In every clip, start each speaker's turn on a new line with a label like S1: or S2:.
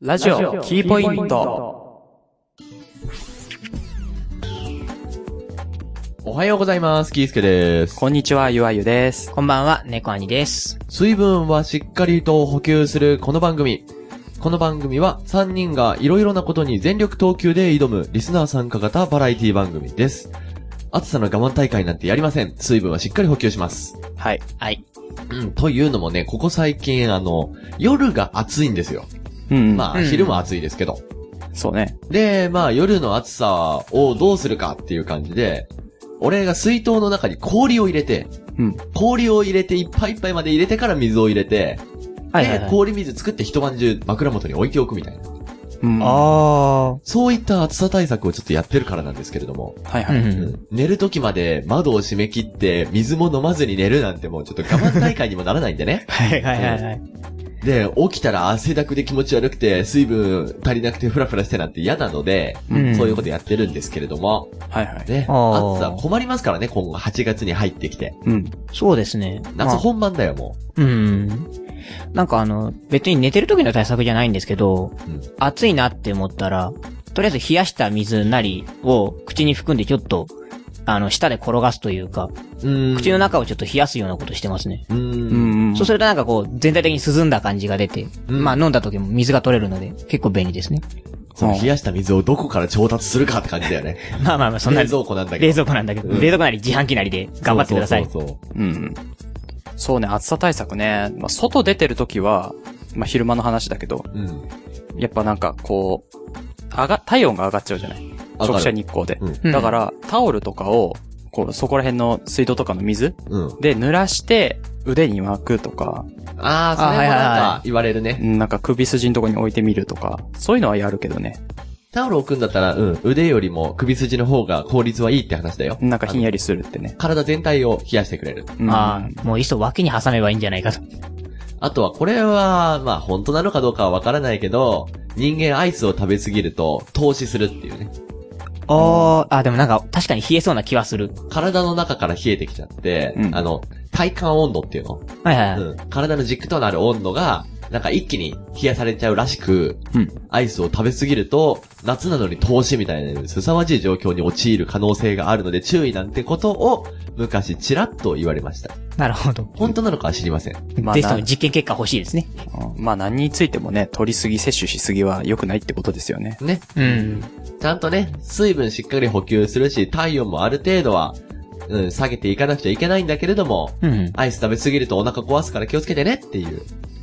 S1: ラジオキーポイント。
S2: おはようございます。キースケです。
S1: こんにちは、ゆあゆです。
S3: こんばんは、猫兄です。
S2: 水分はしっかりと補給するこの番組。この番組は3人がいろいろなことに全力投球で挑むリスナー参加型バラエティ番組です。暑さの我慢大会なんてやりません。水分はしっかり補給します。
S1: はい。
S3: はい。
S2: うん、というのもね、ここ最近あの、夜が暑いんですよ。
S1: うん。まあ、
S2: まあ、
S3: うん
S2: 昼も暑いですけど。
S1: そうね。
S2: で、まあ夜の暑さをどうするかっていう感じで、俺が水筒の中に氷を入れて、
S1: うん
S2: 氷を入れていっぱいいっぱいまで入れてから水を入れて、
S3: はいはいはい
S2: で、氷水作って一晩中枕元に置いておくみたいな。
S1: うん。
S3: あ
S2: そういった暑さ対策をちょっとやってるからなんですけれども、
S1: はい
S3: あ。う
S1: はい。。
S3: ん。
S2: 寝る時まで窓を閉め切って水も飲まずに寝るなんてもうちょっと我慢大会にもならないん でね
S1: はい
S3: はいはい
S2: うん
S3: はい。
S2: で、起きたら汗だくで気持ち悪くて水分足りなくてフラフラしてなんて嫌なので、
S3: うん
S2: そういうことやってるんですけれども、
S1: はいはい。
S2: ね。
S3: あー
S2: 暑さ困りますからね、今後8月に入ってきて。
S1: うん。
S3: そうですね。
S2: 夏本番だよ、も
S3: うん。なんかあの、別に寝てる時の対策じゃないんですけど、
S2: うん
S3: 暑いなって思ったら、とりあえず冷やした水なりを口に含んでちょっと、あの、舌で転がすというか、
S2: う。うん
S3: 口の中をちょっと冷やすようなことしてますね。
S2: う。
S1: うんん。
S3: そうするとなんかこう、全体的に涼んだ感じが出て、
S2: うん
S3: まあ飲んだ時も水が取れるので、結構便利ですね。
S2: その冷やした水をどこから調達するかって感じだよね。
S3: まあまあまあ、 そんな、
S2: 冷
S3: 冷
S2: 蔵庫なんだけど。
S3: 蔵庫なんだけど、
S2: うん
S3: 冷蔵庫なり自販機なりで頑張ってください
S2: そう。そうそうそう
S1: うん。そうね、暑さ対策ね。まあ、外出てるときは、まあ、昼間の話だけど、
S2: うん。
S1: やっぱなんかこう、上が、体温が上がっちゃうじゃない直射日光で。
S2: うん。
S3: うん
S1: だか、ら、タオルとかを、こう、そこら辺の水道とかの水
S2: うん。
S1: で濡らして、腕に巻くとか、
S2: ああ、それも
S3: はいはい
S2: なん
S3: は
S2: か言われるね。
S1: なんか首筋のとこに置いてみるとか、そういうのはやるけどね。
S2: タオルを置くんだったら、うん。腕よりも首筋の方が効率はいいって話だよ。
S1: なんかひんやりするってね。
S2: 体全体を冷やしてくれる。
S1: うん
S3: ああ、もういっそ脇に挟めばいいんじゃないかと。
S2: あとは、これは、まあ、本当なのかどうかはわからないけど、人間アイスを食べ過ぎると、凍死するっていうね。
S3: ああ、でもなんか確かに冷えそうな気はする。
S2: 体の中から冷えてきちゃって、
S1: うん
S2: あの、体感温度っていうの、
S3: はいはいはい。
S2: うん、体の軸となる温度が、なんか一気に冷やされちゃうらしく、
S1: うん
S2: アイスを食べ過ぎると、夏なのに凍死みたいな、凄まじい状況に陥る可能性があるので注意なんてことを、昔ちらっと言われました。
S3: なるほど。
S2: 本当なのかは知りません。
S1: まあ
S3: ぜひとも実験結果欲しいですね。
S1: うんまあ何についてもね、取りすぎ、摂取しすぎは良くないってことですよね。
S2: ね。
S3: うん。
S2: ちゃんとね、水分しっかり補給するし、体温もある程度は、うん、下げていかなくちゃいけないんだけれども、
S3: うん。
S2: アイス食べ過ぎるとお腹壊すから気をつけてねっていう。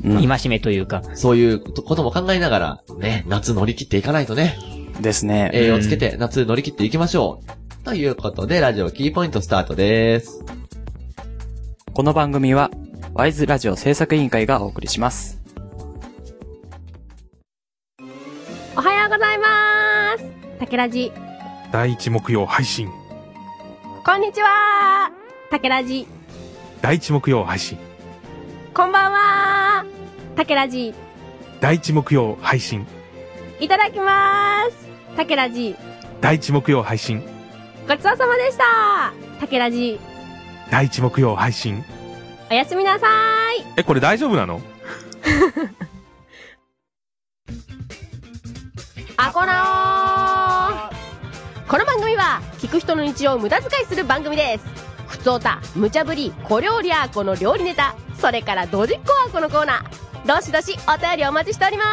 S1: うん
S3: 今しめというか。
S2: そういうことことも考えながら、ね、夏乗り切っていかないとね、
S1: ですね。
S2: 栄養つけて夏乗り切っていきましょう。ということで、ラジオキーポイントスタートです。
S1: この番組は、ワイズラジオ制作委員会がお送りします。
S4: おはようございます。竹ラジ。
S5: 第一木曜配信。
S4: こんにちは。竹ラジ。
S5: 第一木曜配信。
S4: こんばんは。竹ラジ。
S5: 第一木曜配信。
S4: いただきます。竹ラジ。
S5: 第一木曜配信。
S4: ごちそうさまでした。竹ラジ。
S5: 第一木曜配信。
S4: おやすみなさい。
S5: え、これ大丈夫なの
S4: アコナオこの番組は聞く人の日常を無駄遣いする番組ですふつおた無茶ぶり小料理アーコの料理ネタそれからドジっ子アーコのコーナーどしどしお便りお待ちしておりま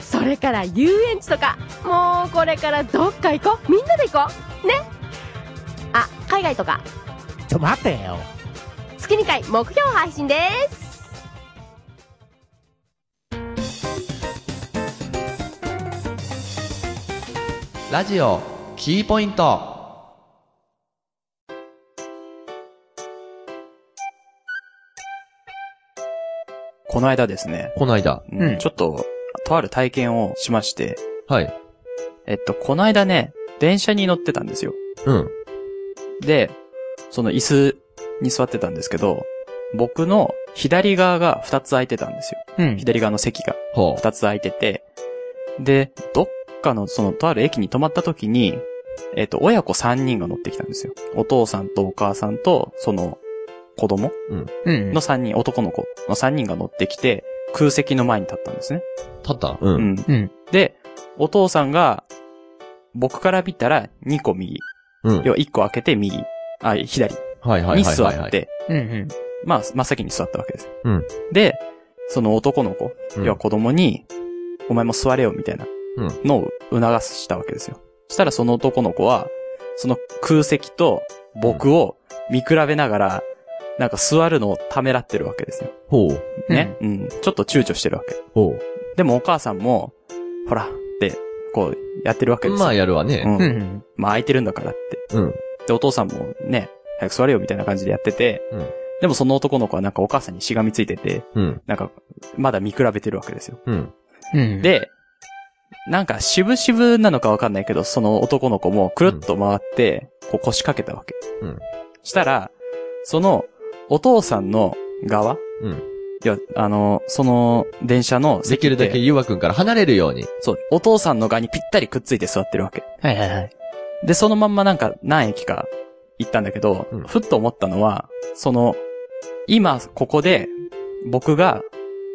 S4: すそれから遊園地とかもうこれからどっか行こうみんなで行こうねあ海外とか
S3: ちょ、待てよ。
S4: 月2回目標配信です
S2: ラジオキーポイント。
S1: この間ですね、
S2: この間。
S1: うん
S3: うん
S1: ちょっと、とある体験をしまして、
S2: はい。
S1: えっと、この間ね、電車に乗ってたんですよ。
S2: うん。
S1: で、その椅子に座ってたんですけど、僕の左側が2つ空いてたんですよ。
S3: うん。
S1: 左側の席が
S2: ほ
S1: 2つ空いてて、で、どっかのそのとある駅に止まった時に、えっ、と、親子3人が乗ってきたんですよ。お父さんとお母さんと、その、子供
S3: うん。
S1: の3人、男の子の3人が乗ってきて、空席の前に立ったんですね。
S2: 立ったう。
S1: うんん。
S3: うん。
S1: で、お父さんが、僕から見たら2個右。
S2: うん。
S1: 要は1個開けて右。あ、左。
S2: はいはいはいはい。
S1: に座
S2: は
S1: っ
S2: い。
S1: て、
S3: うんうん。
S1: まあ、真っ先に座ったわけです。
S2: うん
S1: で、その男の子、
S2: うん
S1: 要は子供に、お前も座れよ、みたいな
S2: うん
S1: のを促したわけですよ。そしたらその男の子は、その空席と僕を見比べながら、なんか座るのをためらってるわけですよ。
S2: ほう。
S1: ね。うん。ちょっと躊躇してるわけ。
S2: ほ
S1: でもお母さんも、ほら、って、こう、やってるわけ
S2: う。
S1: ですよ。
S2: まあやるわ
S1: う
S2: ね。
S1: ん。
S3: うんう ん。
S1: まあ空いてるんだからって。
S2: うん。
S1: で、お父さんもね、早く座れよみたいな感じでやってて、
S2: うん
S1: でもその男の子はなんかお母さんにしがみついてて、
S2: うん。
S1: なんか、まだ見比べてるわけですよ。
S2: うん。
S3: うん。、
S1: で、なんか、渋々なのかわかんないけど、その男の子もくるっと回って、こう腰掛けたわけ。
S2: うん
S1: したら、その、お父さんの側
S2: うん。
S1: いや、あの、その、電車の
S2: でき
S1: 席
S2: るだけゆうわくんから離れるように。
S1: そう、お父さんの側にぴったりくっついて座ってるわけ。
S3: はいはいはい。
S1: で、そのまんまなんか何駅か行ったんだけど、
S2: うん
S1: ふっと思ったのは、その、今ここで僕が、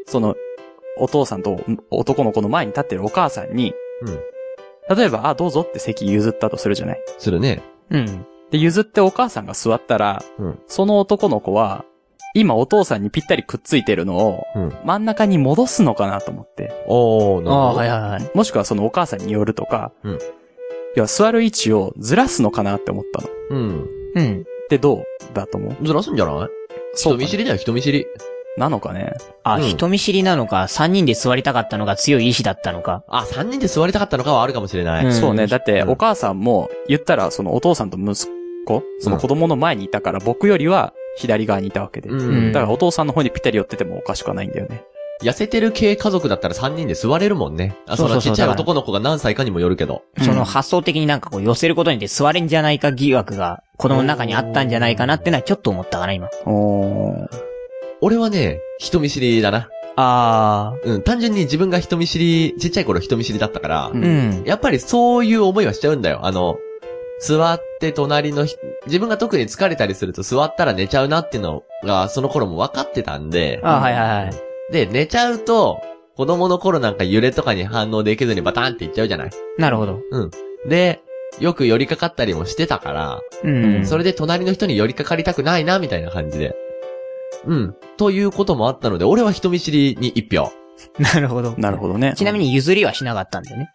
S1: その、お父さんと男の子の前に立ってるお母さんに、
S2: うん。
S1: 例えば、あ、どうぞって席譲ったとするじゃない。
S2: するね。
S3: うん。
S1: で、譲ってお母さんが座ったら、
S2: うん
S1: その男の子は、今お父さんにぴったりくっついてるのを、
S2: うん
S1: 真ん中に戻すのかなと思って。
S2: おー、
S3: あ
S2: な
S3: あ、はい
S2: る
S3: はいはい。
S1: もしくはそのお母さんによるとか、
S2: うん
S1: いや、座る位置をずらすのかなって思ったの。
S2: ほど。うん。
S3: うん。
S1: で、どうだと思う
S2: ずらすんじゃない
S1: そう
S2: 人
S1: か
S2: 見知りだよ、人見知り。
S1: なのかね。
S3: あ、
S2: うん
S3: 人見知りなのか、三人で座りたかったのが強い意志だったのか。
S2: あ、三人で座りたかったのかはあるかもしれない。
S3: うん
S1: そうね。だって、
S2: うん
S1: お母さんも、言ったら、そのお父さんと息子、その子供の前にいたから、僕よりは左側にいたわけで。
S2: う
S1: だ
S2: ん。
S1: からお父さんの方にぴったり寄っててもおかしくはないんだよね。
S2: 痩せてる系家族だったら三人で座れるもんね。あ、
S3: そ
S2: そう
S3: そ
S2: の
S3: うそ
S2: ち
S3: う
S2: っちゃい
S3: だから
S2: 男の子が何歳かにもよるけど。
S1: うん
S3: その発想的になんかこう寄せることによって座れんじゃないか疑惑が子供の中にあったんじゃないかなってのはちょっと思ったかな、今。
S1: おー。
S2: 俺はね、人見知りだな。
S3: ああ。
S2: うん、単純に自分が人見知り、ちっちゃい頃人見知りだったから
S1: う、ん
S3: うん。
S2: やっぱりそういう思いはしちゃうんだよ。あの、座って隣の人、自分が特に疲れたりすると座ったら寝ちゃうなっていうのが、その頃も分かってたんで、
S3: あはいはいはい。
S2: で、寝ちゃうと、子供の頃なんか揺れとかに反応できずにバタンっていっちゃうじゃない
S3: なるほど。
S2: で、よく寄りかかったりもしてたから、
S3: うん。
S2: それで隣の人に寄りかかりたくないな、みたいな感じで。うん。ということもあったので、俺は人見知りに一票。
S3: なるほど。
S1: なるほどね。
S3: ちなみ
S1: に。
S3: に譲りはしなかったんだよね。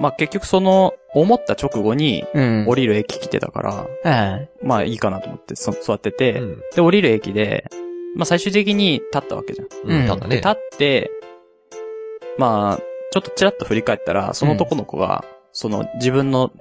S1: まあ、結局その、思った直後に、
S3: うん。
S1: 降りる駅来てたから、
S3: はい。
S1: まあいいかなと思って、そ座って
S2: う
S1: て、
S2: ん。
S1: で、降りる駅で、まあ最終的に立ったわけじゃん。
S2: うん。
S3: うん
S2: ただ
S1: で、
S2: ね
S1: 立。って、まあ、ちょっとちらっと振り返ったら、その男の子が、その自分の、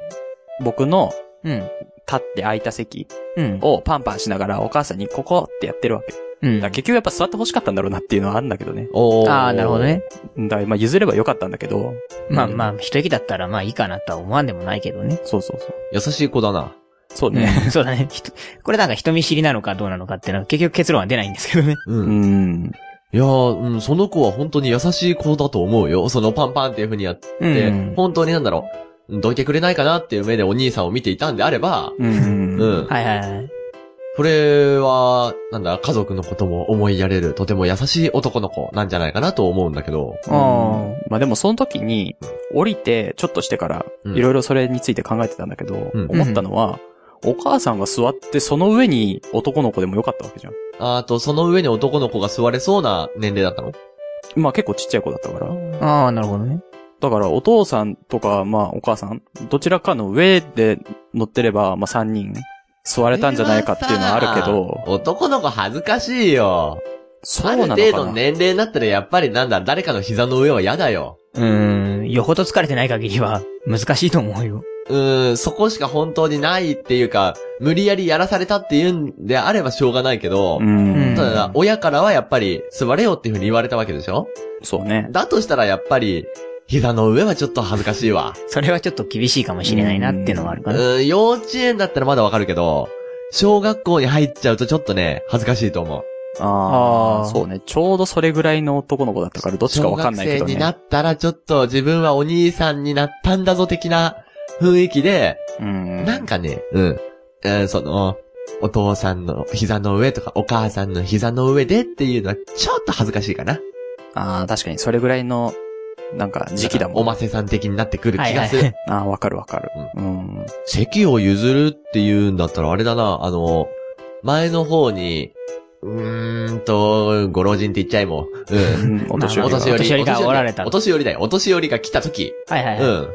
S1: 僕の
S3: うん。
S1: 立って空いた席
S3: うん。
S1: をパンパンしながらお母さんにここってやってるわけ。だ
S3: うん
S1: から。結局やっぱ座って欲しかったんだろうなっていうのはあるんだけどね。
S2: おー
S3: ああ、なるほどね。。
S1: だからまあ譲ればよかったんだけど、
S3: まあまあ、一息だったらまあいいかなとは思わんでもないけどね。
S1: そうそうそう。
S2: 優しい子だな。
S1: そうね。
S3: うんそうだね。人これなんか人見知りなのかどうなのかっていうのは結局結論は出ないんですけどね。
S2: う。
S1: うん
S2: い
S1: ん。
S2: やー、うん、その子は本当に優しい子だと思うよ。そのパンパンっていう風にやって、
S3: うん
S2: 本当になんだろう。うんどいてくれないかなっていう目でお兄さんを見ていたんであれば、
S1: う。
S2: うんん。
S3: はいはいはい。
S2: これは、なんだ、家族のことも思いやれる、とても優しい男の子なんじゃないかなと思うんだけど。
S1: うんまあでもその時に、降りてちょっとしてから、
S2: うん
S1: いろいろそれについて考えてたんだけど、
S2: うん
S1: 思ったのは、お母さんが座ってその上に男の子でもよかったわけじゃん。
S2: あと、その上に男の子が座れそうな年齢だったの
S1: まあ結構ちっちゃい子だったから。
S3: ああ、なるほどね。
S1: だからお父さんとか、まあお母さん、どちらかの上で乗ってれば、まあ3人座れたんじゃないかっていうのはあるけ
S2: これは
S1: ど、
S2: さ男の子恥ずかしいよ。
S1: そ
S2: あ
S1: う
S2: る
S1: なの
S2: 程度
S1: か
S2: の
S1: な。
S2: 年齢になったらやっぱりなんだ、誰かの膝の上は嫌だよ。
S3: うーん。よほど疲れてない限りは難しいと思うよ。
S2: うーん、そこしか本当にないっていうか、無理やりやらされたっていうんであればしょうがないけど、
S1: うん。
S2: ただ、親からはやっぱり、座れよっていうふうに言われたわけでしょ
S1: そうね。
S2: だとしたらやっぱり、膝の上はちょっと恥ずかしいわ。
S3: それはちょっと厳しいかもしれないなっていうのはある
S2: う
S3: かな。
S2: ーん、幼稚園だったらまだわかるけど、小学校に入っちゃうとちょっとね、恥ずかしいと思う。
S1: あ
S3: あ
S1: あ。
S3: ー
S1: そうね。ちょうどそれぐらいの男の子だったから、どっちかわかんないけど
S2: 小学生にな
S1: ね。
S2: ったらちょっと自分はお兄さんになったんだぞ的な雰囲気で、
S1: うん。
S2: なんかね、うん。えーその、お父さんの膝の上とかお母さんの膝の上でっていうのはちょっと恥ずかしいかな。
S1: ああ、確かにそれぐらいのなんか時期だも
S2: お
S1: ん。
S2: ませさん的になってくる気がする。
S3: はいは
S1: ああ、わかるわかる。うん。
S2: 席を譲るって言うんだったらあれだな、あの、前の方に、うーんと、ご老人って言っちゃいもん。うん。
S1: うん、 お年寄りは。
S3: まあまあお年寄りがおられた
S2: お年寄りだよ。お年寄りが来た時。
S3: はいはいうはい。
S2: ん。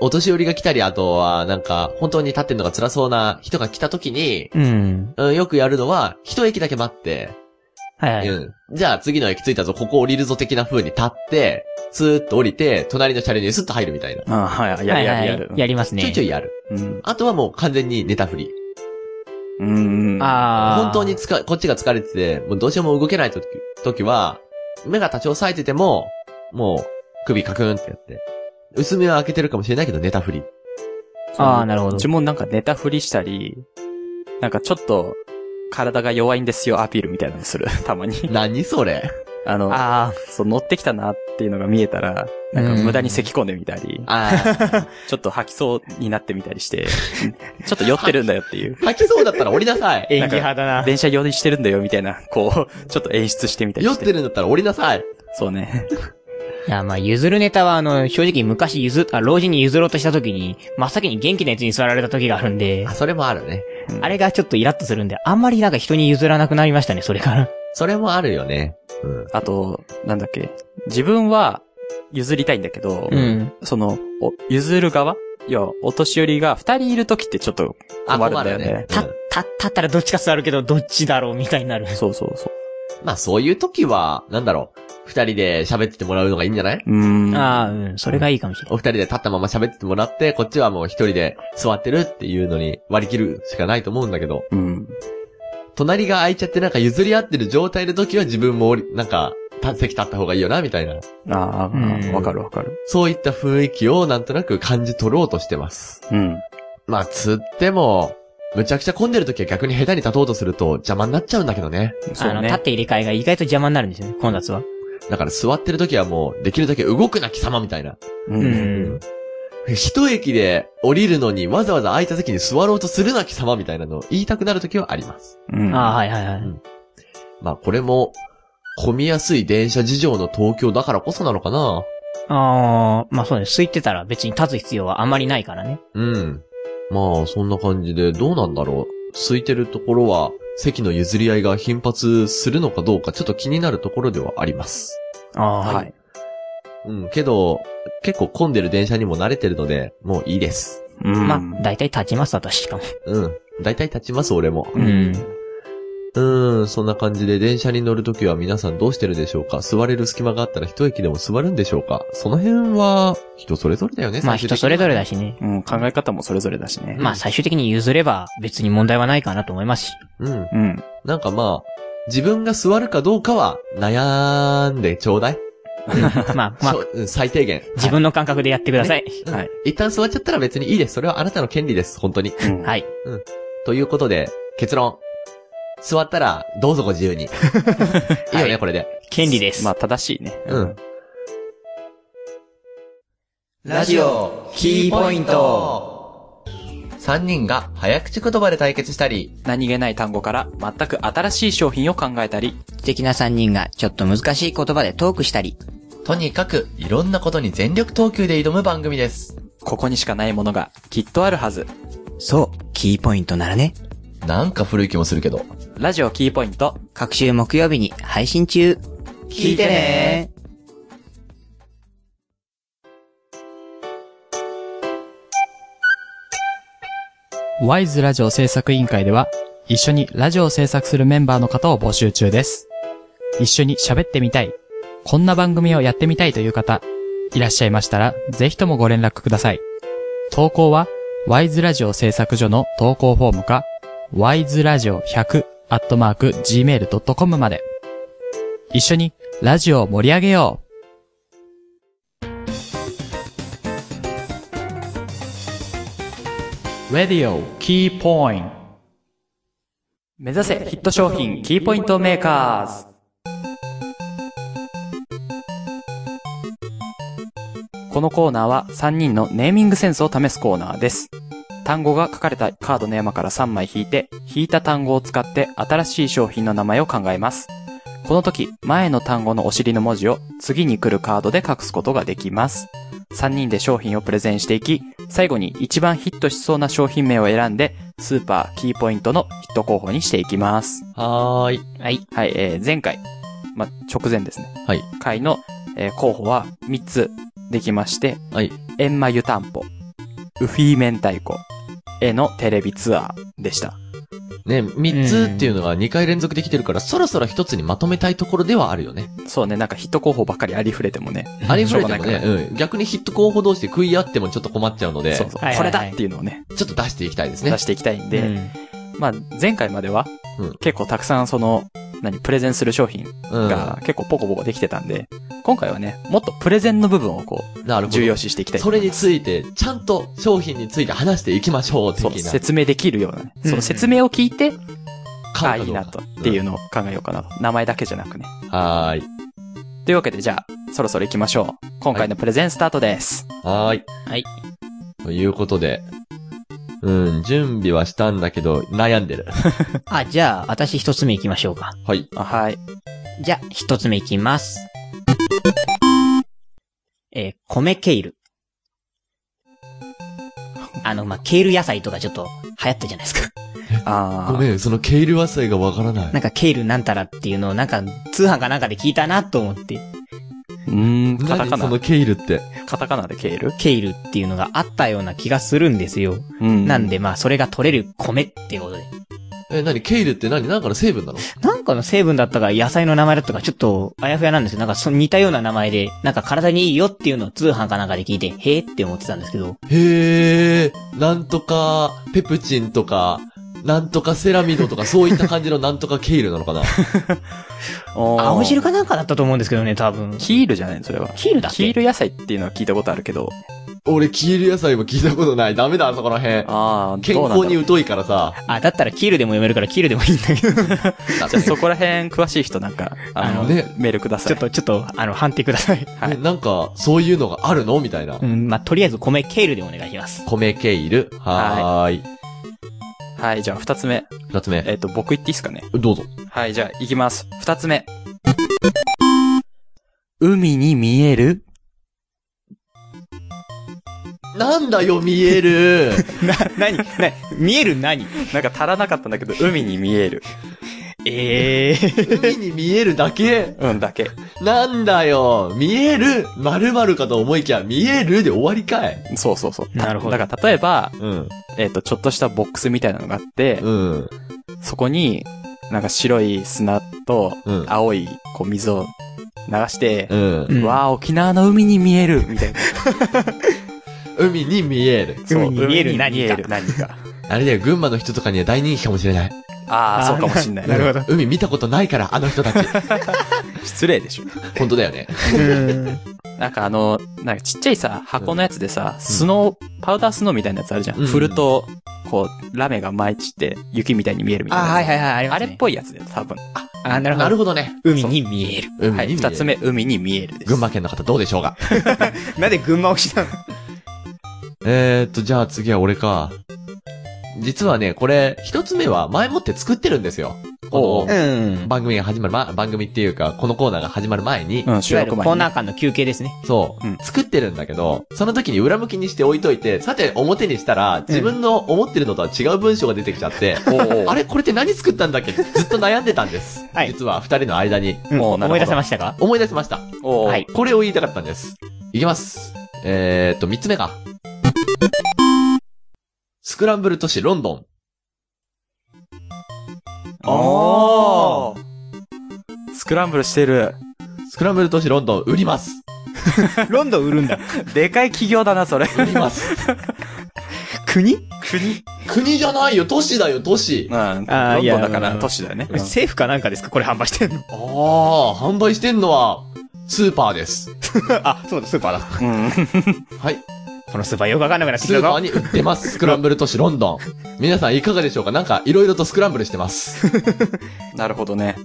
S2: お年寄りが来たり、あとは、なんか、本当に立ってんのが辛そうな人が来た時に、
S1: うん。
S2: うん、よくやるのは、一駅だけ待って、
S3: はいはい。
S2: うん。じゃあ次の駅着いたぞ、ここ降りるぞ的な風に立って、スーッと降りて、隣の車両にスッと入るみたいな。
S1: ああ、はい、や
S3: は
S1: る
S3: い
S1: や
S3: は
S1: る
S3: い
S1: やる。
S3: やります
S2: ちょ
S3: ね
S2: いちょ。いやる。
S1: うん。
S2: あとはもう完全にネタ振り。
S1: うん。
S3: ああ。
S2: 本当につか、こっちが疲れてて、もうどうしようも動けない時、時は、目が多少冴えてても、もう、首カクンってやって。薄目は開けてるかもしれないけど、ネタ振り。
S3: ああ、なるほど
S1: うち。もなんかネタ振りしたり、なんかちょっと、体が弱いんですよアピールみたいなのする。 たまに。
S2: 何それ
S1: あの、
S3: あ
S1: そう乗ってきたなっていうのが見えたら、なんか無駄に咳き込んでみたり、
S2: あ
S1: ちょっと吐きそうになってみたり して、ちょっと酔ってるんだよっていう。
S2: あ、吐きそうだったら降りなさ
S3: あ、
S2: い。
S3: 演技派だな。
S1: 電車用意してるんだよみたいな、こ う、ちょっと演出してみたり
S2: 酔
S1: し。
S2: っててるんだったら降りなさい。
S1: そうね。
S3: いや、まあ、譲るネタは、あの、正直昔譲っ、あ、老人に譲ろうとした時に、真っ先に元気なやつに座られた時があるんで
S2: あ、、それもあるね。
S3: あれがちょっとイラッとするんで、あんまりなんか人に譲らなくなりましたね、それから。
S2: それもあるよね。うん。
S1: あと、なんだっけ。自分は譲りたいんだけど、
S3: うん。
S1: その、お譲る側いや、お年寄りが二人いる時ってちょっと
S2: あ、
S1: 困るん
S2: 困
S1: だ
S2: る
S1: よ
S2: よ
S1: ね
S2: ね。。
S3: た、た、立ったらどっちか座るけど、どっちだろうみたいになる。
S1: そうそうそ。
S2: うんまあそういう時は、なんだろう。二人で喋っててもらうのがいいんじゃないう
S1: うーん。
S3: ああ、うん、それがいいかもしれない。
S2: お二人で立ったまま喋っててもらって、こっちはもう一人で座ってるっていうのに割り切るしかないと思うんだけど、
S1: うん。
S2: 隣が空いちゃってなんか譲り合ってる状態の時は自分も降りなんか、た席立った方がいいよな、みたいな。
S1: あ
S3: うん
S1: あ、わかるわかる。
S2: そういった雰囲気をなんとなく感じ取ろうとしてます。
S1: うん。
S2: まあ、つっても、むちゃくちゃ混んでる時は逆に下手に立とうとすると邪魔になっちゃうんだけどね。
S1: そ
S3: あ
S1: う
S3: の、
S1: ね
S3: 立。って入れ替えが意外と邪魔になるんですよね、混雑は。
S2: だから座ってる時はもう、できるだけ動くな貴様みたいな。
S1: う。
S3: うんん。
S2: 一駅で降りるのにわざわざ空いた席に座ろうとするな貴様みたいなのを言いたくなる時はあります。
S1: うん。
S3: ああ、はいはいはい。
S2: まあこれも、混みやすい電車事情の東京だからこそなのかな
S3: ああ、まあそうね、空いてたら別に立つ必要はあまりないからね。
S2: うん。まあそんな感じでどうなんだろう。空いてるところは席の譲り合いが頻発するのかどうかちょっと気になるところではあります。
S3: ああ、
S1: は
S3: はいい。。
S2: うん、けど、結構混んでる電車にも慣れてるので、もういいです。
S1: うん
S3: まあ、だいたい立ちます、私しかも。
S2: うん。だいたい立ちます、俺も。
S3: うん。
S2: うーん、そんな感じで電車に乗るときは皆さんどうしてるでしょうか座れる隙間があったら一駅でも座るんでしょうかその辺は、人それぞれだよね、
S3: まあ人それぞれだ
S2: し。
S3: しね。
S1: うん、考え方もそれぞれだしね。
S3: まあ最終的に譲れば別に問題はないかなと思いますし。
S2: うん。
S1: うん。
S2: なんかまあ、自分が座るかどうかは、悩んでちょうだい。
S3: まあまあ
S2: そ、ううん最低限。
S3: 自分の感覚でやってください。
S2: うん
S1: はい
S2: 一旦座っちゃったら別にいいです。それはあなたの権利です、本当に。
S1: うん
S3: はい。
S2: ということで、結論。座ったら、どうぞご 自由に。いいよね、これで。
S3: 権利です。
S1: まあ、正しいね。
S2: うん。
S6: ラジオキーポイント
S2: 3人が早口言葉で対決したり、
S1: 何気ない単語から全く新しい商品を考えたり、
S6: 素敵な3人がちょっと難しい言葉でトークしたり、
S2: とにかくいろんなことに全力投球で挑む番組です。
S1: ここにしかないものがきっとあるはず。
S6: そう、キーポイントならね、
S2: なんか古い気もするけど。
S1: ラジオキーポイント。
S6: 各週木曜日に配信中。聞いてね
S7: ワイズラジオ制作委員会では、一緒にラジオを制作するメンバーの方を募集中です。一緒に喋ってみたい、こんな番組をやってみたいという方、いらっしゃいましたら、ぜひともご連絡ください。投稿は、ワイズラジオ制作所の投稿フォームか、ワイズラジオ100、アットマーク、gmail.com まで。一緒に、ラジオを盛り上げようラディオキーポイント。
S1: 目指せヒット商品キーポイントメーカーズ。このコーナーは3人のネーミングセンスを試すコーナーです。単語が書かれたカードの山から3枚引いて、引いた単語を使って新しい商品の名前を考えます。この時、前の単語のお尻の文字を次に来るカードで隠すことができます。3人で商品をプレゼンしていき、最後に一番ヒットしそうな商品名を選んで、スーパー、キーポイントのヒット候補にしていきます。
S2: はーい。
S3: はい。
S1: はい、えー、前回、ま、直前ですね。
S2: はい。
S1: 回の、えー候補は3つできまして、
S2: はい。
S1: エンマ湯たんぽ、ウフィー明太子、絵のテレビツアーでした。
S2: ね、三つっていうのが2回連続できてるから、そろそろ一つにまとめたいところではあるよね。
S1: そうね、なんかヒット候補ばっかりありふれてもね。
S2: ありふれても
S1: しょうが
S2: ね
S1: な、い
S2: うん。逆にヒット候補同士で食い合ってもちょっと困っちゃうので、
S1: そうそう。
S3: はいはいはい
S1: これだっていうのをね、
S2: ちょっと出していきたいですね。
S1: 出していきたいんで、
S3: うん
S1: まあ、前回までは
S2: うん、
S1: 結構たくさんその、何、プレゼンする商品
S2: うん。な
S1: が結構ポコポコできてたんで、今回はね、もっとプレゼンの部分をこ
S2: る
S1: う、
S2: ほ
S1: 重要
S2: ど。
S1: 視していきたい。
S2: それについて、ちゃんと商品について話していきましょう、
S1: そう、
S2: 的な。
S1: 説明できるようなね。
S3: うん
S1: その説明を聞いて、ああ、
S2: 買うかどうか
S1: いいなと、っていうのを考えようかなと。名前だけじゃなくね。
S2: うんはーい。
S1: というわけで、じゃあ、そろそろ行きましょう。今回のプレゼンスタートです。
S2: はーい。
S3: はい。
S2: ということで、うん、準備はしたんだけど、悩ん でる。
S3: あ、じゃあ、私一つ目行きましょうか。
S2: はい。
S1: あはい。
S3: じゃあ、一つ目行きます。えー米ケール。あの、まあ、ケール野菜とかちょっと流行ったじゃないですか。
S1: あ
S2: ご
S1: ー
S2: めん、そのケール和菜がわからない。
S3: なんかケールなんたらっていうのをなんか通販かなんかで聞いたなと思って、
S1: うーん、カタ
S2: 何
S1: カ
S2: その
S1: ナ、
S2: ケールって。
S1: カタカナでケール
S3: ケールっていうのがあったような気がするんですよ。
S1: うん
S3: なんでまあそれが取れる米ってことで。
S2: え、何ケールって何なんかの成分なの
S3: なんかの成分だったか野菜の名前だったかちょっとあやふやなんですけど、なんかその似たような名前で、なんか体にいいよっていうのを通販かなんかで聞いて、へーって思ってたんですけど、
S2: へー、なんとか、ペプチンとか、なんとかセラミドとか、そういった感じ のなんとかケールなのかな
S1: おー
S3: 青汁かなんかだったと思うんですけどね、多分。
S1: キールじゃないのそれは。
S3: キールだっけ
S1: キール野菜っていうのは聞いたことあるけど、
S2: 俺、ケール野菜も聞いたことない。ダメだ、そこら辺。
S1: ああ、
S2: 健
S1: どうなん
S2: 康
S1: だろう。
S2: に疎いからさ。
S3: あ、だったらキールでも読めるからキールでもいいんだけど。
S1: じゃあそこら辺詳しい人なんか、あの、
S2: あのね
S1: メールくださ
S3: ちょ
S1: い。
S3: っと、ちょっと、あの、判定ください。
S1: はい
S2: ねなんか、そういうのがあるのみたいな
S3: う。ん、まあ、とりあえず米ケールでお願いします。
S2: 米ケール。はーい。
S1: はい、じゃあ二つ目。
S2: 二つ目。
S1: えっ、と、僕言っていいですかね。
S2: どうぞ。
S1: はい、じゃあ行きます。二つ目。海に見える
S2: なんだよ、見える。
S3: な、なに、な、見える何
S1: なんか足らなかったんだけど、海に見える。
S3: ええー。
S2: 海に見えるだけ。
S1: うんだけ。
S2: なんだよ、見える。〇〇かと思いきや、見えるで終わりかい。
S1: そうそうそう。
S3: なるほど
S1: だから例えば、
S2: うん。
S1: えっ、と、ちょっとしたボックスみたいなのがあって、
S2: うん。
S1: そこに、なんか白い砂と
S2: うん、
S1: 青い、こう水を流して、
S2: うん。
S3: うん
S1: わあ、沖縄の海に見えるみたいな。
S2: 海に見える。
S1: そう
S3: 海に見える
S1: 海に見える何
S3: 何
S1: か。
S2: あれだよ、群馬の人とかには大人気かもしれない。
S1: ああ、そうかもしんない。
S3: なるほど。
S2: 海見たことないから、あの人たち。
S1: 失礼でしょ。
S2: 本当だよね。
S1: なんかあの、なんかちっちゃいさ、箱のやつでさ、スノー、パウダースノーみたいなやつあるじゃん。
S2: うん
S1: 振ると、こう、ラメが舞い散って、雪みたいに見えるみたいな。
S3: あ、はいはいはい、ありま
S1: あ
S3: す、ね。
S1: れっぽいやつだよ、多分。
S3: あ、なるほど。
S2: なるほどね。
S3: 海に見える。
S2: 海に見
S1: は
S2: え
S1: い。
S2: る
S1: 二つ。目、海に見えるです。
S2: 群馬県の方どうでしょうか。
S3: なんで群馬推しなの
S2: えーっと、じゃあ次は俺か。実はね、これ、一つ目は前もって作ってるんですよ。
S1: お
S2: こ
S1: う
S2: の
S3: うん。
S2: 番組が始まる、ま、番組っていうか、このコーナーが始まる前に、
S1: うん、
S3: い
S1: 収
S3: わゆる
S1: 録
S3: コ
S1: 前
S3: ー
S1: にね、
S3: ナー間の休憩ですね。
S2: そう、
S1: うん
S2: 作ってるんだけど、その時に裏向きにして置いといて、さて表にしたら、自分の思ってるのとは違う文章が出てきちゃって、
S1: おうおう
S2: あれこれって何作ったんだっけずっと悩んでたんです。
S3: はい
S2: 実は二人の間に。
S3: う
S1: おーな
S3: ん、
S1: るほど
S3: 思い出せましたか
S2: 思い出しました。
S1: おう
S3: はい
S2: これを言いたかったんです。いきます。えー、っと、三つ目か。スクランブル都市ロンドン。
S1: おスクランブルしてる。
S2: スクランブル都市ロンドン売ります。
S3: ロンドン売るんだ。
S1: でかい企業だな、それ。
S2: 売ります。
S3: 国
S1: 国
S2: 国じゃないよ、都市だよ、都市
S1: う。ん。ロンドン
S3: ーいや
S1: だか
S3: う
S1: ら
S3: ん
S1: 都市だよね。
S3: 政府かなんかですかこれ販売してんの
S2: ああ、販売してんのは、スーパーです。
S3: あ、そうだ、スーパーだ。
S1: うん。
S2: はい。
S3: このスーパーよくわかんなくなってきた
S2: スーパー
S3: ぞ。
S2: に売ってます。スクランブル都市ロン ドン。皆さんいかがでしょうかなんか、いろいろとスクランブルして ます。
S1: なるほどね。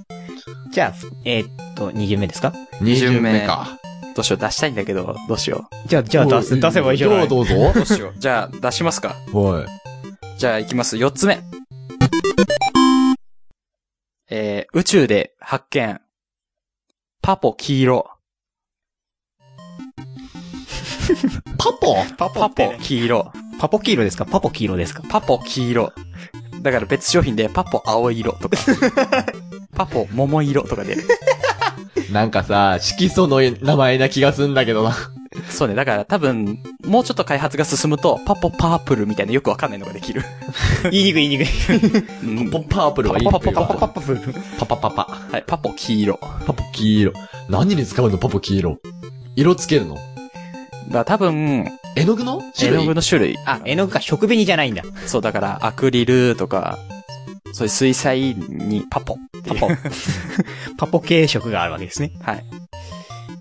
S3: じゃあ、えーっと、2巡目ですか
S2: 二
S1: 巡目
S2: 巡目か。
S1: どうしよう、出したいんだけど、どうしよ
S3: じゃあ、じゃあ出す、出せばいいじゃない。
S2: どうぞ。
S1: う。どうしよう。じゃあ、出しますか。
S2: はい。
S1: じゃあ、行きます。四つ目。えー、宇宙で発見。パポ黄色。
S3: パポパ
S1: パポ黄色。
S3: パポ黄色ですかパポ黄色ですか
S1: パポ黄色。だから別商品でパポ青色 とか。パポ桃色とかで。
S2: なんかさ、色素の名前な気がすんだけどな。
S1: そうね。だから多分、もうちょっと開発が進むと、パポパープルみたいなよくわかんないのができる。
S3: 言いにくい言いにくい。
S1: うん
S2: ポッパープルはいい
S1: パポパポパ
S2: パパパパパ。
S1: はい、パポ黄色。だか
S2: パポ黄色。何に使うのパポ黄色。色つけるの
S1: ら多分、
S2: 絵の具の
S1: 絵
S2: 種類
S1: の具の種類。
S3: あ、絵の具か、食紅じゃないんだ。
S1: そう、だからアクリルとか、そういう水彩にパポっていう。
S3: パポ系色があるわけですね。
S1: はい。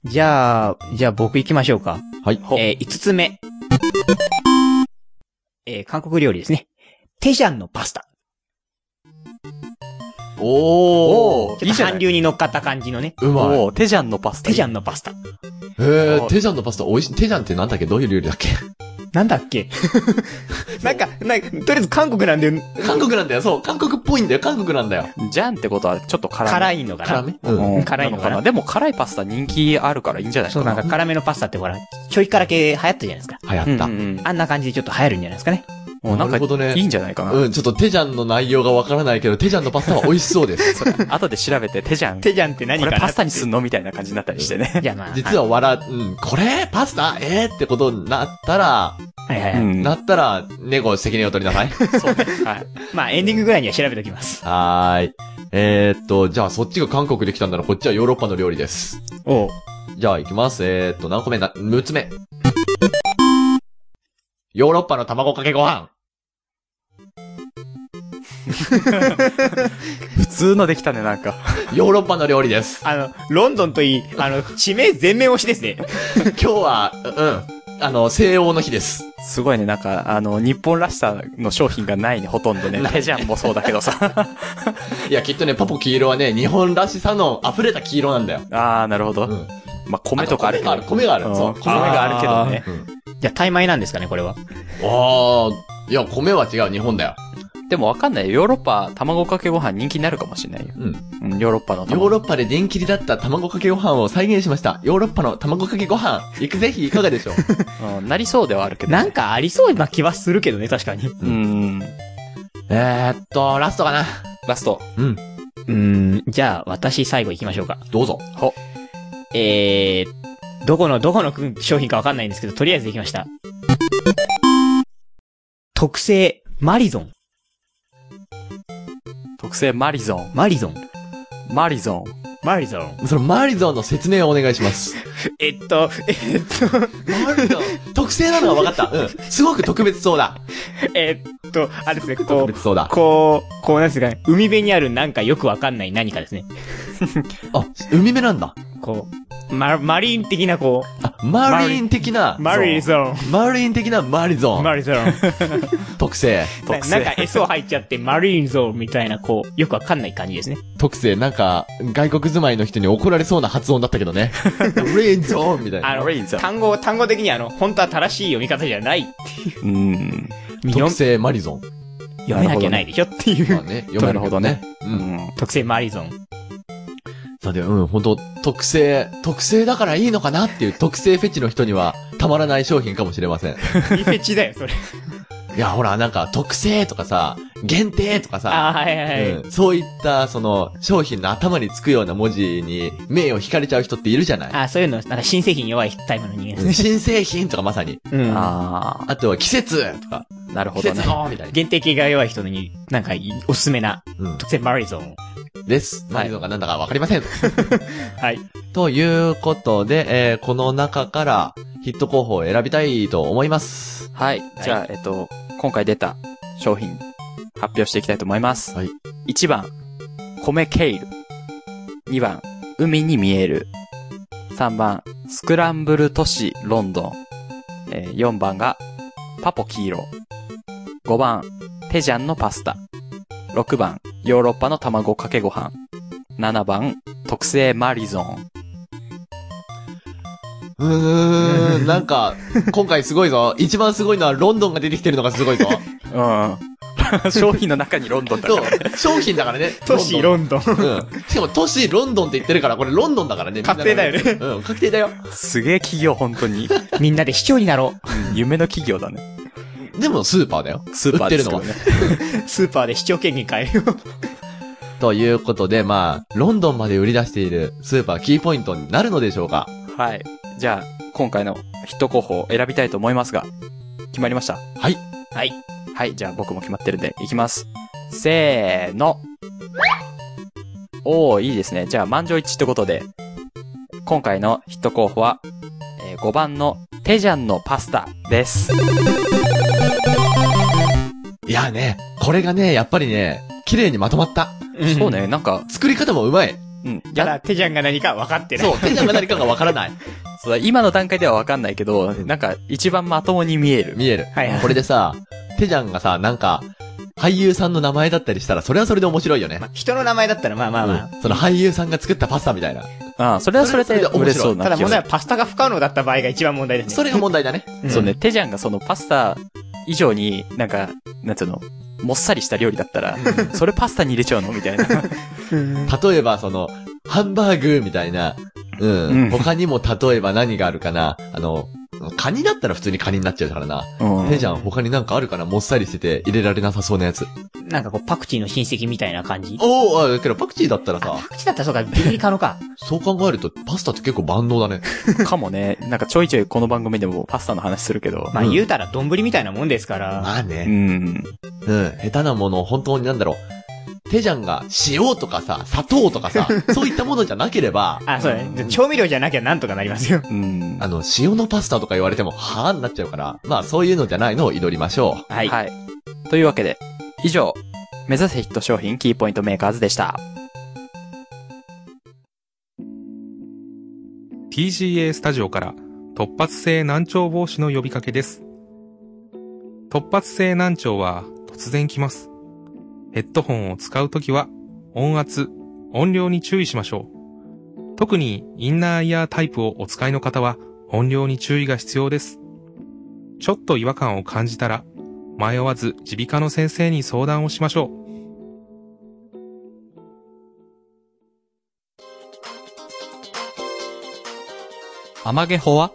S3: じゃあ、じゃあ僕行きましょうか。
S2: はい。
S3: えー、5つ目。えー、韓国料理ですね。テジャンのパスタ。
S2: おー。
S1: ー
S3: ちょっと韓流に乗っかった感じのね。
S2: うまい。
S1: おーテジャンのパスタ。
S3: テジャ
S1: ン。
S3: ンのパスタ。
S2: えー、テジャンのパスタ美味しい。テジャンってなんだっけどういう料理だっ け
S3: なんだっけ なんか、なんか、とりあえず韓国なんで、
S2: 韓国なんだよ。そう。韓国っぽいんだよ。韓国なんだよ。
S1: ジャンってことはちょっと辛い。
S3: 辛
S1: い。
S3: いのかな
S2: 辛めうん。
S1: うん、
S3: 辛いのかな
S1: のでも辛いパスタ人気あるからいいんじゃないか
S3: そう、なんか辛めのパスタってほら、ちょい辛系流行ったじゃないですか。
S2: 流行った
S1: う。ん
S3: あんな感じでちょっと流行るんじゃないですかね。
S1: うん、もうなん
S2: な
S1: か
S2: るほどね
S1: いいんじゃないかな。
S2: うん、ちょっとテジャンの内容がわからないけど、テジャンのパスタは美味しそうです。
S1: 後で調べてテジャン。
S3: テジャンって何
S1: こ
S3: か
S1: れ
S3: な
S1: パスタにすんのみたいな感じになったりしてね。
S3: じゃあまあ。
S2: 実は笑、うん、これパスタえー、ってことになったら、
S3: はいはいは
S1: う
S3: い。
S1: ん。
S2: なったら、猫責任を取り なさい。
S1: そうね。はい。
S3: まあエンディングぐらいには調べておきます。
S2: はーい。えー、っと、じゃあそっちが韓国で来たんならこっちはヨーロッパの料理です。
S3: おう。
S2: じゃあ行きます。えー、っと、何個目な、6つ目。ヨーロッパの卵かけご飯。
S1: 普通のできたね、なんか。
S2: ヨーロッパの料理です。
S3: あの、ロンドンといい、あの、地名全面押しですね。
S2: 今日は、ううん。あの、西欧の日です。
S1: すごいね、なんか、あの、日本らしさの商品がないね、ほとんどね。テジャンもそうだけど さ。
S2: いや、きっとね、パポ黄色はね、日本らしさの溢れた黄色なんだよ。
S1: あー、なるほど。
S2: ん
S1: まあ、米とかあるけど。
S2: あと米がある米があるそう
S1: うん米があるけどね。
S2: うん。
S3: じゃあ、タイ米なんですかね、これは。
S2: ああ、いや、米は違う、日本だよ。
S1: でもわかんないよ。ヨーロッパ、卵かけご飯人気になるかもしれないよ。
S2: うん。
S1: うん、ヨーロッパの
S2: ヨー
S1: 卵。
S2: ロッパで電気りだった卵かけご飯を再現しました。ヨーロッパの卵かけご飯、いくぜひいかが でしょう
S1: うん、なりそうではあるけど。
S3: なん、かありそうな気はするけどね、確かに。う
S1: うん。
S2: えーっと、ラストかな。
S1: ラスト。
S2: うん。
S3: ーん、じゃあ、私最後行きましょうか。
S2: どうぞ。
S3: えー、どこの、どこの商品かわかんないんですけど、とりあえず行きました。特製、マリゾン。
S1: 特製マリゾン。
S3: マリゾン。
S1: マリゾン。
S3: マリゾン。
S2: そのマリゾンの説明をお願いします。
S3: えっと、えっと、
S2: マリゾン特製なのは分かった。うん。すごく特別そうだ。
S3: えっと、あれですね、こ
S2: 特
S3: う、
S2: 別そうだ。
S3: こう、こうなんですかね、海辺にあるなんかよくわかんない何かですね。
S2: あ、海辺なんだ。
S3: こう、マ、マリーン的なこ
S2: あ、マリーン的な
S3: う、、マリゾ
S2: マリーン的なマリゾ
S3: ン。マ
S2: ン。
S3: リ ゾン。
S2: 特製。
S3: ななんか S を入っちゃって、マリーンゾーンみたいな、こう、よくわかんない感じですね。
S2: 特製、なんか、外国住まいの人に怒られそうな発音だったけど ね。レインゾーンみたい
S3: あ
S2: な。
S3: の
S1: マリーンゾ、ーン
S3: 単語、単語的にあの、本当は正しい読み方じゃない。
S1: うん。
S2: 特製マリゾン。
S3: 読めなきゃないでしょってい
S2: まあ
S3: う。
S2: ね、読めるけどね。う。
S1: うんん。
S3: 特製マリゾン。
S2: さて、うん、本当特性、特性だからいいのかなっていう特性フェチの人にはたまらない商品かもしれません。
S3: リフェチだよ、それ。
S2: いや、ほら、なんか、特性とかさ、限定とか
S3: あ
S2: さ、
S3: ー、はいはいはい。
S2: うんそういった、その、商品の頭につくような文字に、名誉惹かれちゃう人っているじゃない
S3: あー、そういうの、なんか新製品弱いタイプの人間ですね。
S2: 新製品とかまさに。
S3: うん。
S1: あ
S2: あとは、季節とか、
S1: ー、なるほ
S2: 季
S1: どね
S2: 節。のみたいな。
S3: 限定系が弱い人に、なんかいい、おすすめな、
S2: うん
S3: 特製マリゾン。
S2: です。マリゾンがなんだかわかりません。
S3: はい。
S2: ということで、えーこの中から、ヒット候補を選びたいと思います。
S1: はい。じゃあ、えっと、今回出た商品、発表していきたいと思います。
S2: はい
S1: 1番、米ケール。2番、海に見える。3番、スクランブル都市ロンドン。えー4番が、パポ黄色。5番、テジャンのパスタ。6番、ヨーロッパの卵かけご飯。7番、特製マリゾン。
S2: うーん、なんか、今回すごいぞ。一番すごいのはロンドンが出てきてるのがすごいぞ。
S1: うん。 商品の中にロンドンだ
S2: そ
S1: か
S2: う
S1: らね。
S2: 商品だからね。
S3: 都市
S2: ロン
S3: ロンドン。
S2: ドン。うん。しかも都市ロンドンって言ってるから、これロンドンだからね。
S3: 確定だよね
S2: みんなが。うん、確定だよ。
S1: すげえ企業、本当に。うん
S3: みんなで市長になろ
S1: 夢の企業だね。
S2: でもスーパーだよ。
S1: スーパーですから
S2: 売って
S1: ね。
S3: う。スーパーで市長権限変えよう。
S2: ということで、まあ、ロンドンまで売り出しているスーパーキーポイントになるのでしょうか
S1: はい。じゃあ、今回のヒット候補を選びたいと思いますが、決まりました。
S2: はい。
S1: はい。はい、じゃあ僕も決まってるんで、いきます。せーの。おー、いいですね。じゃあ、満場一致ってことで、今回のヒット候補は、え5番のテジャンのパスタです。
S2: いやね、これがね、やっぱりね、綺麗にまとまった。
S1: そう。ね、なんか、
S2: 作り方もうまい。
S1: うん。い
S3: た
S1: や、
S3: だ、テジャンが何か分かってない。
S2: そう、手じゃが何かがわからない。
S1: そうだ今の段階ではわかんないけど、なんか、一番まともに見える。
S2: 見える。
S3: はいはい
S2: これでさ、テジャンがさ、なんか、俳優さんの名前だったりしたら、それはそれで面白いよね
S3: ま。あ人の名前だったらまあまあまあ。
S2: その俳優さんが作ったパスタみたいな。
S1: ああ、それはそれで嬉しそうな
S3: ただ
S1: 気がす
S3: 問題
S1: る。
S3: はパスタが不可能だった場合が一番問題ですね。
S2: それが問題だね。
S3: うん
S1: そうね、。テジャンがそのパスタ以上に、なんか、なんつうの、もっさりした料理だったら、それパスタに入れちゃうのみたいな。
S2: 例えば、その、ハンバーグみたいな。うん。
S1: うん
S2: 他にも例えば何があるかな。あの、カニだったら普通にカニになっちゃうからな。
S1: うん
S2: テジャン他になんかあるかなもっさりしてて入れられなさそうなやつ。
S3: なんかこう、パクチーの親戚みたいな感じ。
S2: おお、あだけどパクチーだったらさ
S3: パ、クチーだったらそうか、ビリビリ可能か。
S2: そう考えるとパスタって結構万能だね。
S1: かもね、なんかちょいちょいこの番組でもパスタの話するけど。
S3: まあ
S2: うん
S3: 言うたら丼みたいなもんですから。
S2: あ
S1: う
S2: ね。
S1: ん。
S2: うん、下手なものを本当になんだろう。テジャンが塩とかさ、砂糖とかさ、そういったものじゃなければ、
S3: あ、そうだね。調味料じゃなきゃなんとかなりますよ。
S1: うん。
S2: あの、塩のパスタとか言われても、はぁになっちゃうから、まあそういうのじゃないのを祈りましょ
S3: はい。
S1: はい。というわけで、以上、目指せヒット商品キーポイントメーカーズでした。
S5: TCA スタジオから突発性難聴防止の呼びかけです。突発性難聴は突然来ます。ヘッドホンを使うときは音圧、音量に注意しましょう。特にインナーイヤータイプをお使いの方は音量に注意が必要です。ちょっと違和感を感じたら迷わず耳鼻科の先生に相談をしましょう。
S7: アマゲホは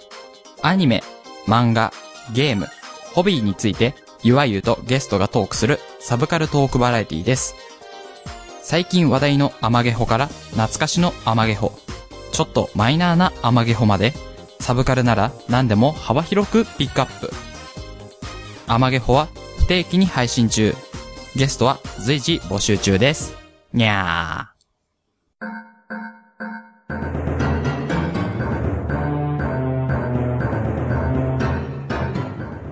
S7: アニメ、漫画、ゲーム、ホビーについて、ゆわゆとゲストがトークするサブカルトークバラエティです。最近話題のアマゲホから懐かしのアマゲホ、ちょっとマイナーなアマゲホまで、サブカルなら何でも幅広くピックアップ。アマゲホは不定期に配信中。ゲストは随時募集中です。にゃー。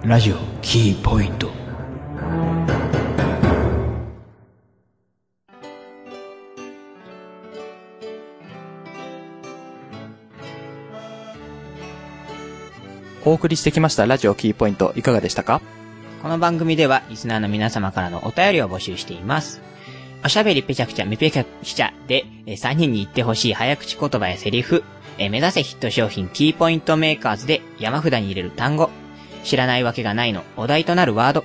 S3: ラジオ、キーポイント。
S1: お送りしてきましたラジオキーポイントいかがでしたか
S3: この番組では、リスナーの皆様からのお便りを募集しています。おしゃべりぺちゃくちゃめぺちゃくちゃで、えー3人に言ってほしい早口言葉やセリフ、えー目指せヒット商品キーポイントメーカーズで山札に入れる単語、知らないわけがないのお題となるワード、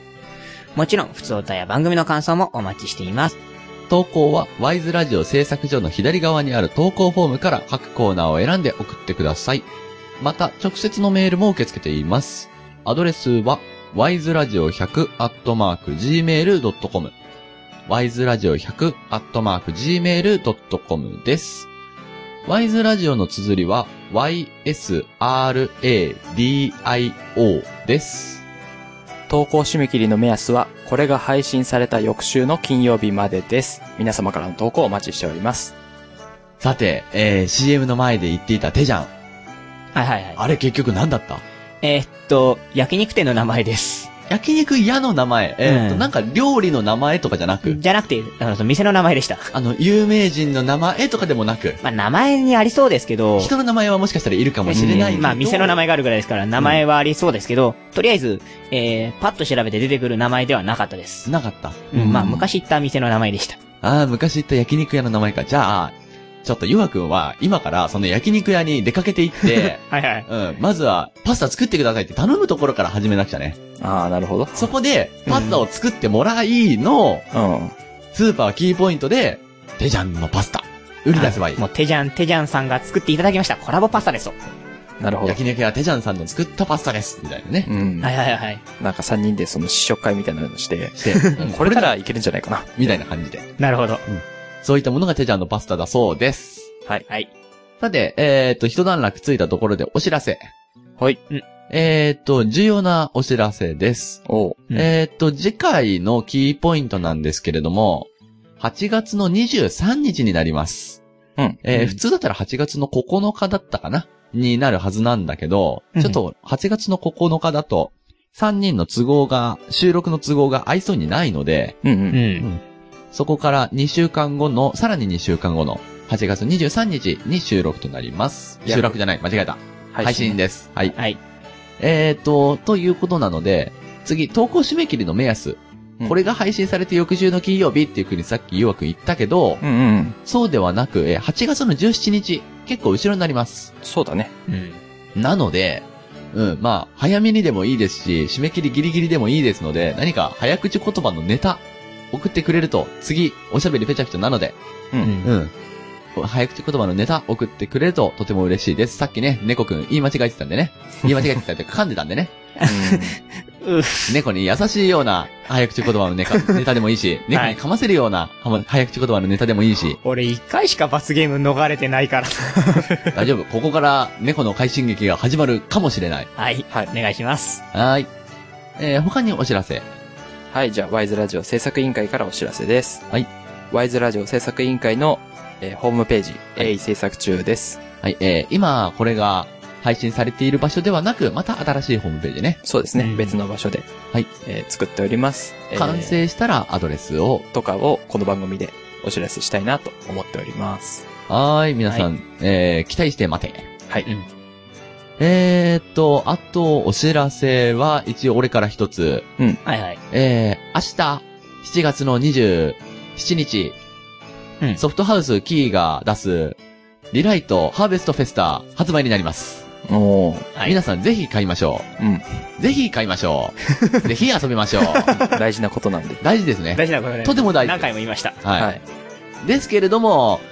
S3: もちろん、普通歌や番組の感想もお待ちしています。
S2: う。投稿は、ワイズラジオ制作所の左側にある投稿フォームから各コーナーを選んで送ってください。また、直接のメールも受け付けています。アドレスは、wiseradio100-gmail.com。wiseradio100-gmail.com です。ワイズラジオの綴りは、ysradio です。
S1: 投稿締め切りの目安は、これが配信された翌週の金曜日までです。皆様からの投稿をお待ちしております。
S2: さて、えー、CM の前で言っていたテジャン。
S3: はいはいはい。
S2: あれ結局何だった
S3: えーっと、焼肉店の名前です。
S2: 焼肉屋の名前。えーっと、
S3: うん
S2: なんか料理の名前とかじゃなく、
S3: じゃなくて、あの、その店の名前でした。
S2: あの、有名人の名前とかでもなく、
S3: まあ、名前にありそうですけど、
S2: 人の名前はもしかしたらいるかもしれないけど、
S3: まあ、店の名
S2: 前。
S3: 前があるぐらいですから、名前はありそうですけど、とりあえず、えー、パッと調べて出てくる名前ではなかったです。
S2: なかった。
S3: うん、まあ、昔行った店の名前でした。
S2: ああ、昔言った焼肉屋の名前か。じゃあ、ちょっとゆはくんは、今からその焼肉屋に出かけてい って、
S3: はいはい。
S2: うん、まずは、パスタ作ってくださいって頼むところから始めなくちゃね。
S1: ああ、なるほど。
S2: そこで、パスタを作ってもらいの、
S1: うん。
S2: スーパーキーポイントで、テジャンのパスタ、売り出せばいい。
S3: もう、テジャン、テジャンさんが作っていただきました。コラボパスタですと。
S1: なるほど。
S2: 焼肉屋テジャンさんの作ったパスタです、みたいなね。
S1: うん。
S3: はいはいはい。
S1: なんか3人でその試食会みたいなのして、
S2: して、うん
S1: これならいけるんじゃないかな。
S2: みたいな感じで。
S3: なるほど。
S2: そういったものがテジャンのパスタだそうです。
S3: はい。
S2: さて、えっ、と、一段落ついたところでお知らせ。
S1: はい。
S2: えっ、と、重要なお知らせです。
S1: おう。
S3: うん
S2: えっ、と、次回のキーポイントなんですけれども、8月の23日になります。
S1: うん
S2: えー
S3: うん
S2: 普通だったら8月の9日だったかなになるはずなんだけど、
S3: うん
S2: ちょっと8月の9日だと、3人の都合が、収録の都合が合いそうにないので、
S1: うんう。
S3: うんん。
S2: そこから2週間後の、さらに2週間後の、8月23日に収録となります。
S1: いや
S2: 収録じゃない、間違えた。配信。です。はい。
S3: はい。
S2: えーと、ということなので、次、投稿締め切りの目安
S1: う。ん
S2: これが配信されて翌週の金曜日っていうふうにさっきゆうわくん言ったけど、
S1: うんうん。
S2: そうではなく、えー8月の17日、結構後ろになります。
S1: そうだね。
S3: うん。
S2: なので、うん、まあ、早めにでもいいですし、締め切りギリギリでもいいですので、何か早口言葉のネタ、送ってくれると、次、おしゃべりペチャクチャなので、
S1: うん
S2: うん。早口言葉のネタ送ってくれるととても嬉しいです。さっきね、猫くん言い間違えてたんで ね。言い間違えてたって噛んでたんでね。
S3: う
S2: 猫に優しいような早口言葉のネタネタでもいいし、猫に噛ませるようなは早口言葉のネタでもいいし、
S3: 俺一回しか罰ゲーム逃れてないから。
S2: 大丈夫。ここから猫の快進撃が始まるかもしれない。
S3: はい。
S1: はい
S3: お願いします。
S2: はーい。えー、他にお知らせ。
S1: はい、じゃあ、ワイズラジオ制作委員会からお知らせです。
S2: はい。
S1: ワイズラジオ制作委員会の、えーホームページ、鋭意制作中です。
S2: はい、えー、今、これが配信されている場所ではなく、また新しいホームページね。
S1: そうですね、
S3: うん
S1: 別の場所で、
S2: はい
S1: えー作っております。えー
S2: 完成したらアドレスを
S1: とかをこの番組でお知らせしたいなと思っております。
S2: はーい、皆さん、えー、期待して待て。
S1: はい
S3: うん
S2: えーっと、あと、お知らせは、一応俺から一つ。
S3: はいはい。
S2: えー、明日、7月の27日、
S3: うん
S2: ソフトハウスキーが出す、リライトハーベストフェスタ、発売になります。
S1: おー
S3: はい
S2: 皆さん、ぜひ買いましょ
S1: うん。
S2: う。ぜひ買いましょう。ぜひ遊びましょう。
S1: 大事なことなんで。
S2: 大事ですね。
S3: 大事なことね。
S2: とても大事
S3: 何回も言いました。
S2: はい。
S1: はい。
S2: ですけれども、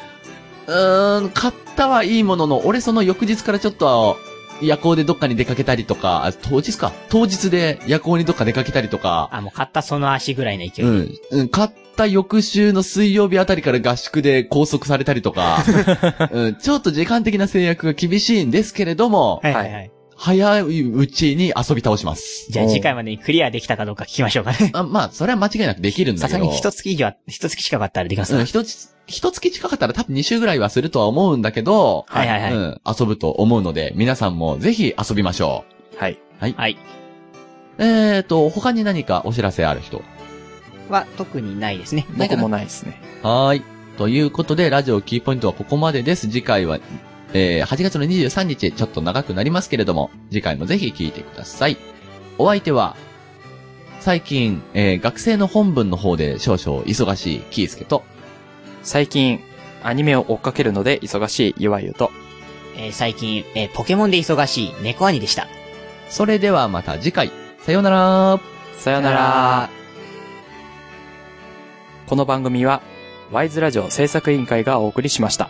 S2: うーん、買ったはいいものの、俺その翌日からちょっと、夜行でどっかに出かけたりとか、あ当日か。当日で夜行にどっか出かけたりとか、
S3: あ、もう買ったその足ぐらいの勢
S2: う
S3: い。
S2: ん、うん、買った翌週の水曜日あたりから合宿で拘束されたりと か、うん、ちょっと時間的な制約が厳しいんですけれども、
S3: はいはいはい。
S2: 早いうちに遊び倒します。
S3: じゃあ次回までにクリアできたかどうか聞きましょうかね。
S2: あまあ、それは間違いなくできるんだ
S3: さ
S2: け
S3: す
S2: ど。
S3: がに一月以上は、一月近かったらできますか
S2: うん、一つ、一月近かったら多分2週ぐらいはするとは思うんだけど、
S3: はいはいはい
S2: うん、遊ぶと思うので、皆さんもぜひ遊びましょ
S1: はい。
S3: はい。
S2: う。えーと、他に何かお知らせある人
S3: は特にないですね。
S1: 僕もないですね。
S2: はーい。ということで、ラジオキーポイントはここまでです。次回は、えー、8月の23日、ちょっと長くなりますけれども、次回もぜひ聞いてください。お相手は、最近、えー、学生の本文の方で少々忙しいキースケと、
S1: 最近、アニメを追っかけるので忙しいゆわゆと、
S3: えー最近、えーポケモンで忙しい猫兄でした。
S2: それではまた次回、さようなら
S1: さよなら。この番組は、ワイズラジオ制作委員会がお送りしました。